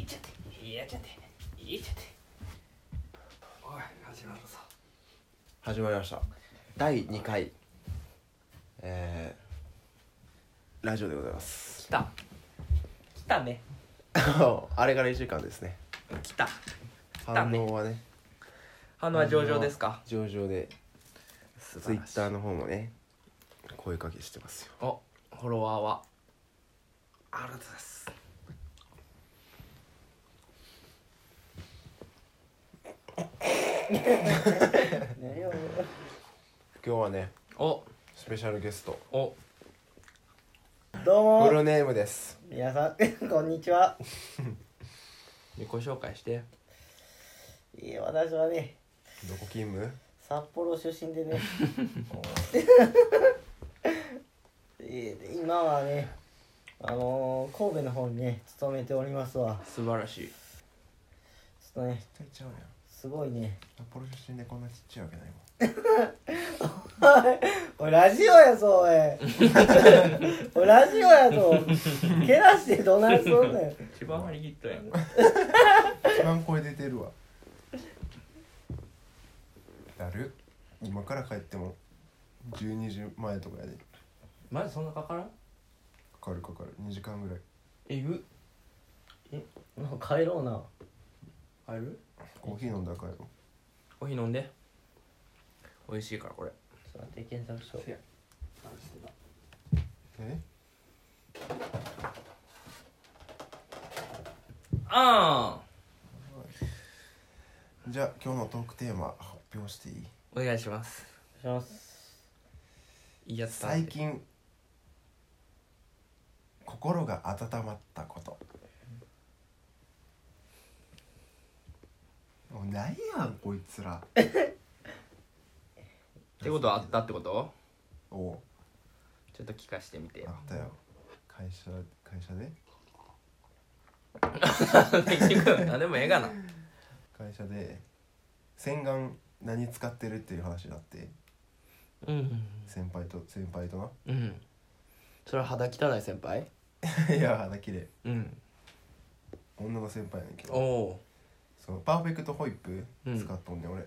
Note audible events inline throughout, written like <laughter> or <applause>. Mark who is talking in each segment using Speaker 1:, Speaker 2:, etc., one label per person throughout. Speaker 1: いやちゃっていやちゃって
Speaker 2: おい始まるぞ
Speaker 3: 始まりました第2回えー、ラジオでございます
Speaker 1: 来
Speaker 3: <laughs>
Speaker 1: た来たね
Speaker 3: あれから1週間ですね
Speaker 1: 来たた
Speaker 3: 反
Speaker 1: ね
Speaker 3: 応はね
Speaker 1: 反応は上々ですか
Speaker 3: 上々で
Speaker 1: 素
Speaker 3: ツイッターの方もね声かけしてますよ
Speaker 1: おフォロワーは
Speaker 2: ありがとうございます
Speaker 3: 今日はね
Speaker 1: お
Speaker 3: スペシャルゲスト
Speaker 1: お
Speaker 4: どう
Speaker 3: フ
Speaker 4: も
Speaker 3: ルネームです
Speaker 4: 皆さんこんにちは
Speaker 1: 自己紹介して
Speaker 4: いや私はね
Speaker 3: どこ勤務
Speaker 4: 札幌出身でね <laughs> えー今はねあのー神戸の方にね勤めておりますわ
Speaker 1: 素晴らしい
Speaker 4: ちょっとね
Speaker 3: ちっちゃうやん
Speaker 4: すごいね <laughs>
Speaker 3: 札幌出身でこんなちっちゃいわけないもん
Speaker 4: おいラジオやぞおい <laughs> おいラジオやぞけらしてどないすんねん
Speaker 1: 一番張り切ったやんか
Speaker 3: 一番声出てるわだる今から帰っても12時前とかやで
Speaker 1: まだそんなかからん
Speaker 3: かかるかかる2時間ぐらい
Speaker 1: えぐ
Speaker 4: もう帰ろうな
Speaker 1: ある
Speaker 3: コーヒー飲んだら帰ろ
Speaker 1: コーヒー飲んで美味しいからこれ
Speaker 4: ちょっと待って検索しよう
Speaker 3: え
Speaker 1: あ
Speaker 3: じゃあ今日のトークテーマ発表していい
Speaker 1: ーんお願いします
Speaker 4: お願いします
Speaker 1: いいやつだ
Speaker 3: 最近心が温まったこともうないやんこいつら
Speaker 1: ってことはあったってこと
Speaker 3: おお
Speaker 1: ちょっと聞かしてみて
Speaker 3: あ
Speaker 1: よ
Speaker 3: ったよ会社会社で
Speaker 1: <laughs> 結局何でもええがな
Speaker 3: 会社で洗顔何使ってるっていう話になって
Speaker 1: うん
Speaker 3: 先輩と先輩と
Speaker 1: うんそれは肌汚い先輩
Speaker 3: な <laughs> いや肌綺麗
Speaker 1: うん
Speaker 3: 女の先輩やねんけ
Speaker 1: お
Speaker 3: ど
Speaker 1: お
Speaker 3: そのパーフェクトホイップ
Speaker 1: うん
Speaker 3: 使っとんねん、俺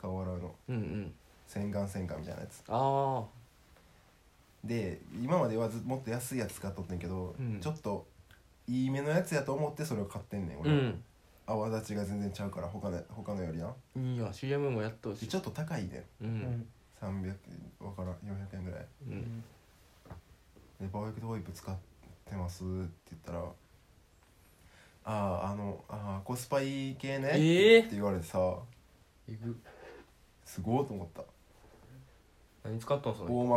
Speaker 3: 顔洗うの
Speaker 1: うんうん
Speaker 3: 洗顔洗顔みたいなやつ
Speaker 1: ああ
Speaker 3: で今まではずもっと安いやつ使っとってんけど、
Speaker 1: うん
Speaker 3: ちょっといい目のやつやと思ってそれを買ってんねん
Speaker 1: う
Speaker 3: 俺は、
Speaker 1: ん
Speaker 3: 泡立ちが全然ちゃうから他の他のよりない
Speaker 1: いや CM もやっとうし
Speaker 3: ちょっと高いねん
Speaker 1: う
Speaker 4: うんん
Speaker 3: 300わからん400円ぐらい
Speaker 1: うん
Speaker 3: でパーフェクトホイップ使ってますって言ったら「あああのあーコスパいい系ね」
Speaker 1: えー
Speaker 3: って言われてさ
Speaker 1: えぐ
Speaker 3: すごいと思った
Speaker 1: 何使ったのその人
Speaker 3: <laughs>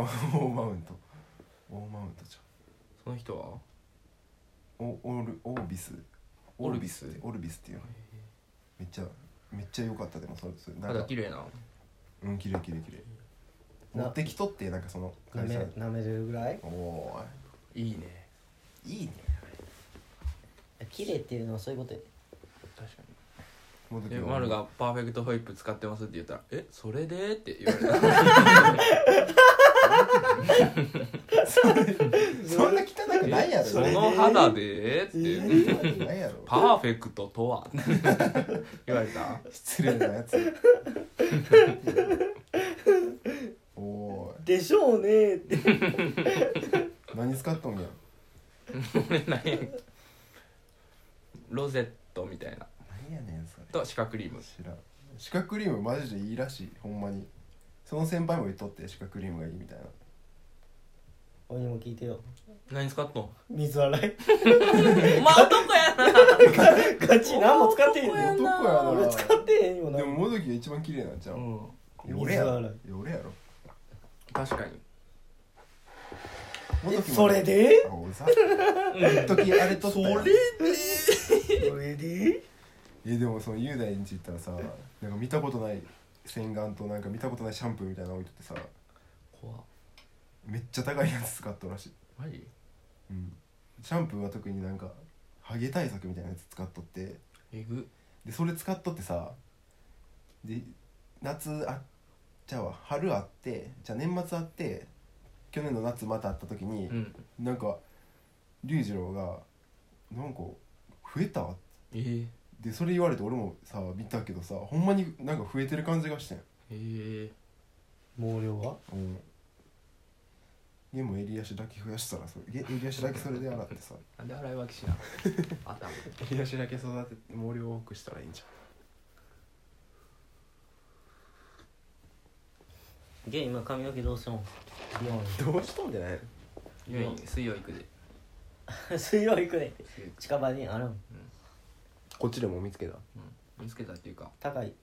Speaker 3: オーマウンオーマウントオーマウントじ
Speaker 1: その人は
Speaker 3: ゃんオオールオービス
Speaker 1: オルビス
Speaker 3: オルビスっていうのめっちゃめっちゃ良かったでもそれそれなん
Speaker 1: 肌
Speaker 3: か
Speaker 1: 綺麗な
Speaker 3: うん綺麗綺麗綺麗
Speaker 4: な
Speaker 3: 持ってきとってなんかその
Speaker 4: な
Speaker 3: 会
Speaker 4: め
Speaker 3: 社
Speaker 4: なめるぐらい
Speaker 3: おー
Speaker 1: いいね
Speaker 3: いいいね
Speaker 4: 綺麗っていうのはそういうことや
Speaker 1: 確か
Speaker 3: この
Speaker 1: に
Speaker 3: 時
Speaker 1: で
Speaker 3: は
Speaker 1: 丸が「パーフェクトホイップ使ってます」って言ったら「えそれで?」って言われた
Speaker 3: そんな汚くないやろ
Speaker 1: <laughs> その肌で?」って
Speaker 3: 汚くないやろ
Speaker 1: 「パーフェクトとは?」 <laughs> 言われた
Speaker 3: 失礼なやつ <laughs> おー
Speaker 4: でしょうねって
Speaker 3: い何使っとんや
Speaker 1: 俺何やロゼットみたいな
Speaker 3: 何やねんそれ
Speaker 1: と歯科クリーム
Speaker 3: 知らん歯科クリームマジでいいらしいほんまにその先輩も言っとって歯科クリームがいいみたいな
Speaker 4: 俺にも聞いてよ
Speaker 1: 何使ったの
Speaker 4: 水洗い
Speaker 1: お前男やな
Speaker 4: <laughs> ガチ何も使ってへん
Speaker 1: や
Speaker 4: よ
Speaker 3: 男
Speaker 1: な
Speaker 3: や
Speaker 4: 俺使ってへんよな
Speaker 3: なでもモドキが一番綺麗なんちゃう、
Speaker 1: うん
Speaker 3: いや俺や
Speaker 4: 水
Speaker 3: ろ
Speaker 4: 洗い
Speaker 3: いや俺やろ
Speaker 1: 確かに
Speaker 3: モドキも
Speaker 4: それで
Speaker 3: あおざ一時あれとったやん
Speaker 4: <laughs> それで
Speaker 3: えでもその雄大んち行ったらさなんか見たことない洗顔となんか見たことないシャンプーみたいなの置いとってさ
Speaker 1: 怖っ
Speaker 3: めっちゃ高いやつ使っとらしい
Speaker 1: マジ
Speaker 3: うん、シャンプーは特になんかハゲ対策みたいなやつ使っとって
Speaker 1: えぐ
Speaker 3: でそれ使っとってさで夏あじゃあ春あってじゃあ年末あって去年の夏また会った時に、
Speaker 1: うん
Speaker 3: なんか龍二郎が「なんか増えた?」
Speaker 1: ええ
Speaker 3: でそれ言われて俺もさ見たけどさほんまになんか増えてる感じがしてん、
Speaker 1: え
Speaker 4: 毛量は
Speaker 3: うん、家も襟足だけ増やしたらそれえ襟足だけそれで洗ってさ
Speaker 1: なんで洗い分けし <laughs> な頭
Speaker 3: 襟足だけ育てて毛量多くしたらいいんじ
Speaker 5: ゲイ今髪の毛どうしよ
Speaker 4: 美容
Speaker 3: <laughs> ゃんどうしたんじゃない
Speaker 1: いやいい水曜行くで
Speaker 5: う水曜行くね
Speaker 1: 水曜行く
Speaker 5: 近場にあるん
Speaker 3: こっちでも見つけた
Speaker 1: 見つけたっていうか
Speaker 5: 高い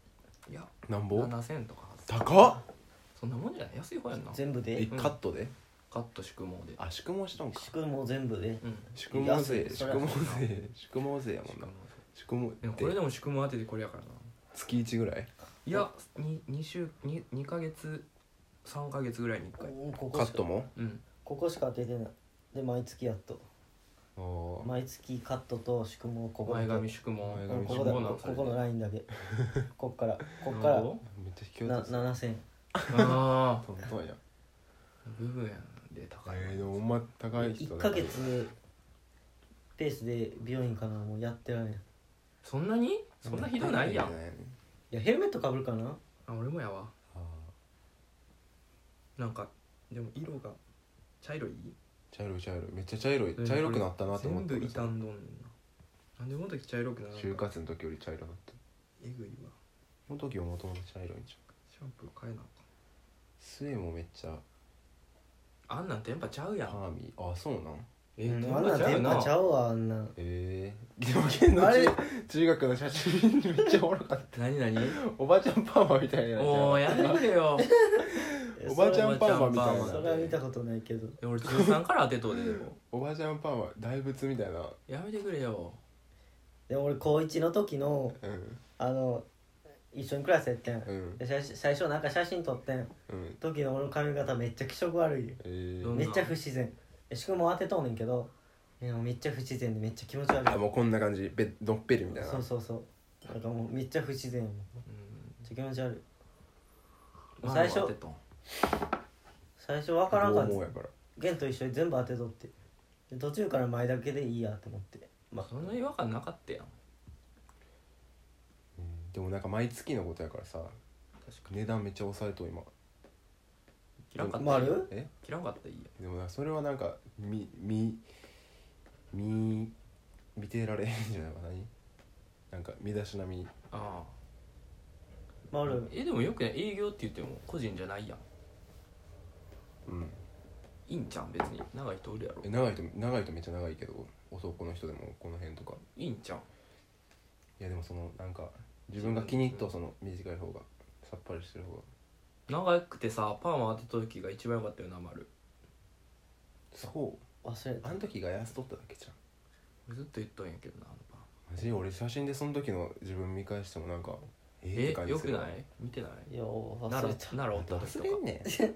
Speaker 1: いや
Speaker 3: なんぼ
Speaker 1: 7000とか
Speaker 3: 高っ
Speaker 1: そんなもんじゃない安い方やんな
Speaker 5: 全部
Speaker 3: え
Speaker 5: で
Speaker 1: うん
Speaker 3: カットで
Speaker 1: カット宿毛で
Speaker 3: あ宿毛したんか
Speaker 5: 宿も全部で
Speaker 1: うん
Speaker 3: 宿毛税
Speaker 5: 安い
Speaker 3: 宿
Speaker 5: そりゃ
Speaker 3: 毛税宿毛税やもんな宿毛
Speaker 1: でもこれでも宿毛当ててこれやからな
Speaker 3: 月1ぐらい
Speaker 1: いや 2, 二週 2, 二ヶ月3ヶ月ぐらいに1回
Speaker 5: うんこ
Speaker 3: カ
Speaker 5: こし
Speaker 3: ッ
Speaker 5: か
Speaker 3: トも
Speaker 1: うん
Speaker 5: ここしか当ててないで毎月やっと
Speaker 3: あ
Speaker 5: 毎月カットと宿毛ここだ
Speaker 1: 前
Speaker 5: け
Speaker 1: 髪宿毛
Speaker 3: 前
Speaker 5: うん
Speaker 3: 髪
Speaker 5: こ
Speaker 3: 宿
Speaker 5: こ
Speaker 1: 宿毛
Speaker 3: 毛
Speaker 5: だ
Speaker 1: なん
Speaker 5: こ
Speaker 1: それで
Speaker 5: ここのラインだけこっからこっから
Speaker 3: めっちゃ卑怯
Speaker 5: な
Speaker 3: だな
Speaker 5: 7000
Speaker 1: ああ
Speaker 3: トントンや
Speaker 1: 部分やんで高いわ
Speaker 3: えー、でもお前高い人
Speaker 5: 1ヶ月ペースで美容院かなもうやってられんい
Speaker 1: そんなにそんなひどないやん
Speaker 5: やヘルメットかぶるかな
Speaker 1: あ俺もやわなんかでも色が茶色い
Speaker 3: 茶色い茶色いめっちゃ茶色い茶色くなったなと思って
Speaker 1: 全部傷んどんねんななんでこの時茶色くなる
Speaker 3: 就活の時より茶色だった
Speaker 1: えぐいわ
Speaker 3: この時はもともと茶色いんじゃん
Speaker 1: シャンプー変えなあ
Speaker 3: 末もめっちゃ
Speaker 1: かんあんなん電波ちゃうや
Speaker 3: パ
Speaker 1: ん
Speaker 3: ーミーあそうなん
Speaker 1: え
Speaker 5: うんあんなん電波ちゃうわあんなん
Speaker 3: ええー、でも現の
Speaker 4: あれ
Speaker 3: 中中学の写真めっちゃおもろかった
Speaker 1: なになに
Speaker 3: おばちゃんパーマみたいなやつや
Speaker 1: もうやめてよ
Speaker 3: おばあちゃ
Speaker 1: お
Speaker 3: んパ
Speaker 1: ばちゃんパーマ
Speaker 3: ーマみたいな
Speaker 1: マ
Speaker 5: それは見たことないけど
Speaker 1: いや俺通算から当てとうででも
Speaker 3: おばあちゃんパーマ大仏みたいな
Speaker 1: やめてくれよ
Speaker 5: でも俺高1の時の
Speaker 3: うん
Speaker 5: あの一緒にクラスやってん
Speaker 3: うん
Speaker 5: で最初最初なんか写真撮ってん
Speaker 3: うん
Speaker 5: 時の俺の髪型めっちゃ気色悪いよ
Speaker 3: えー
Speaker 1: どんな
Speaker 5: めっちゃ不自然宿毛当てとんねんけどいやめっちゃ不自然でめっちゃ気持ち悪い
Speaker 3: あもうこんな感じべどっぺりみたいな
Speaker 5: そうそうそうなんかもうめっちゃ不自然やもん
Speaker 1: うん
Speaker 5: めっちゃ気持ち悪い
Speaker 1: まあ
Speaker 5: 最初
Speaker 1: 当てとん
Speaker 5: 最初分からんかっ
Speaker 3: 拷問
Speaker 5: た
Speaker 3: やから
Speaker 5: 弦と一緒に全部当てとってで途中から前だけでいいやと思ってま
Speaker 1: そんな違和感なかったやん
Speaker 3: でもなんか毎月のことやからさ
Speaker 1: 確かに
Speaker 3: 値段めっちゃ抑えとう今
Speaker 1: 切らんかった
Speaker 5: まああ
Speaker 1: らいいや
Speaker 5: る
Speaker 3: え
Speaker 1: 切らんかったらいいや
Speaker 3: でもなそれはなんかみみみ見てられへんじゃないか何なんか身だしなみ
Speaker 1: あ
Speaker 5: まあ
Speaker 1: あ
Speaker 5: る
Speaker 1: えでもよくね営業って言っても個人じゃないやん
Speaker 3: うん
Speaker 1: いいんちゃん別に長い人おるやろ
Speaker 3: え長い人長い人めっちゃ長いけど男の人でもこの辺とか
Speaker 1: いいんちゃん
Speaker 3: いやでもそのなんか自分が気に入ったその短い方がさっぱりしてる方が
Speaker 1: 長くてさパーマ当てた時が一番良かったよな丸
Speaker 3: そう
Speaker 5: 忘れた
Speaker 3: あの時が安とっただけじゃん
Speaker 1: 俺ずっと言っとんやけどなあのパーマ
Speaker 3: マジで俺写真でその時の自分見返してもなんかえーって
Speaker 1: え
Speaker 3: 感じ
Speaker 1: よ
Speaker 3: す
Speaker 1: く
Speaker 3: る
Speaker 1: ない見てない
Speaker 5: いや
Speaker 1: 奈
Speaker 5: 忘れた
Speaker 1: 良奈良おった時と
Speaker 3: 忘
Speaker 1: か
Speaker 3: れんねん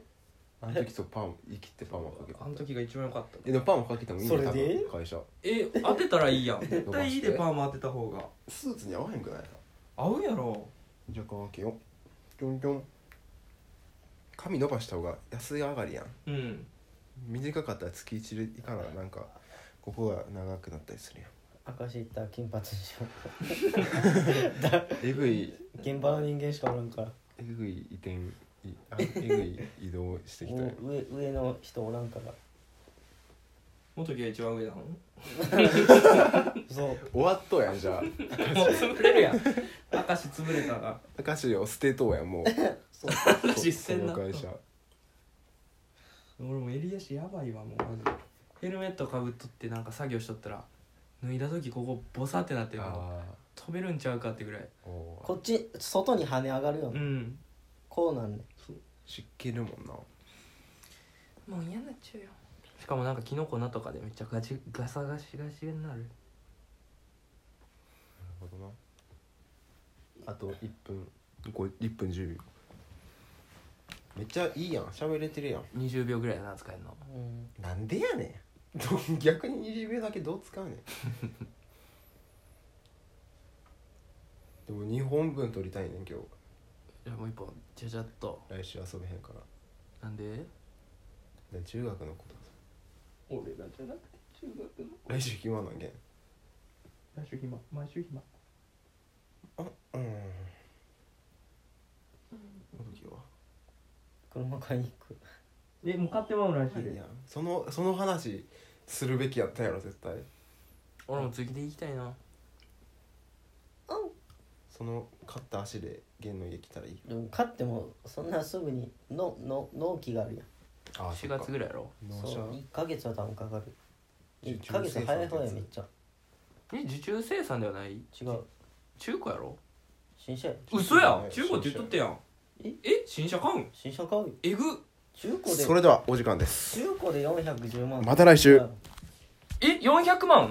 Speaker 3: あの時そうパン生きてパンマかけて
Speaker 1: あの時が一番良かった
Speaker 3: <laughs> えでもパンマかけてもいいんだよ
Speaker 4: そ
Speaker 3: 多
Speaker 4: れで
Speaker 3: 分会社
Speaker 1: え当てたらいいやん絶対いいで
Speaker 3: 伸ばして
Speaker 1: パーマ当てた方が
Speaker 3: スーツに合わへんくない
Speaker 1: 合うやろ
Speaker 3: じゃあ乾けよちょんちょん髪伸ばした方が安い上がりやん
Speaker 1: うん
Speaker 3: 短かったら月一でいかななんかここが長くなったりするやん
Speaker 5: 明石行ったら金髪にしよ
Speaker 3: えぐいう
Speaker 5: 現場の人間しかおらんから
Speaker 3: えぐい移転いあえぐい移動してきた
Speaker 5: も
Speaker 3: やん
Speaker 5: う上上の人おらんから
Speaker 1: 元木が一番上なの
Speaker 5: そう
Speaker 3: <laughs> 終わっとうやんじゃあ
Speaker 1: もう潰れるやん明石潰れたら
Speaker 3: 明石を捨てとうやんもう
Speaker 5: そう
Speaker 1: <laughs> 明石捨てんな
Speaker 3: この会社
Speaker 1: 俺も襟足やばいわもうマジでヘルメットかぶっとってなんか作業しとったら脱いだ時ここボサってなってるの
Speaker 3: あ
Speaker 1: 飛べるんちゃうかってぐらい
Speaker 3: あおー
Speaker 5: こっち外に跳ね上がるよ、
Speaker 1: うん
Speaker 5: こうなんね
Speaker 3: 湿気るもんな
Speaker 1: もう嫌になっちゃうよしかもなんかキノコなとかでめっちゃガチガサガシガシになる
Speaker 3: なるほどなあと1分こう1分10秒めっちゃいいやん喋れてるやん
Speaker 1: 20秒ぐらいだな使えるの
Speaker 5: うん
Speaker 3: なんでやねん <laughs> ど逆に20秒だけどう使うねん <laughs> でも2本分撮りたいねん今
Speaker 1: じゃあもう一本ちゃちゃっと
Speaker 3: 日来週遊べへんから
Speaker 1: なんで
Speaker 3: で中学のこと
Speaker 1: 俺らじゃなくて中学の
Speaker 3: 来週暇なんけん
Speaker 1: 毎週暇毎週暇
Speaker 3: うんの時は
Speaker 5: 車買いに行く
Speaker 1: えもう買ってまうらしい
Speaker 3: いやそのその話するべきやったやろ絶対
Speaker 1: 俺もついていきたいな
Speaker 3: その買った足で玄の家来たらいい
Speaker 5: でも買ってもそんなすぐにのの納期があるやん
Speaker 3: あ
Speaker 1: 4月ぐらいやろ
Speaker 3: 納
Speaker 5: そ
Speaker 3: 車
Speaker 5: う1ヶ月は多分かかる
Speaker 3: 受
Speaker 5: 1
Speaker 3: 注
Speaker 5: ヶ月早い方
Speaker 3: 生産ってやつ
Speaker 5: やめっちゃ
Speaker 1: え受注生産ではない
Speaker 5: 違う
Speaker 1: 中古やろ
Speaker 5: 新車や
Speaker 1: 嘘やん中古って言っとったやん
Speaker 5: え
Speaker 1: え新車買うん
Speaker 5: 新車買うよ
Speaker 1: えぐ
Speaker 5: 中古で
Speaker 3: それではお時間です
Speaker 5: 中古で410万
Speaker 3: また来週
Speaker 5: うん
Speaker 1: え400万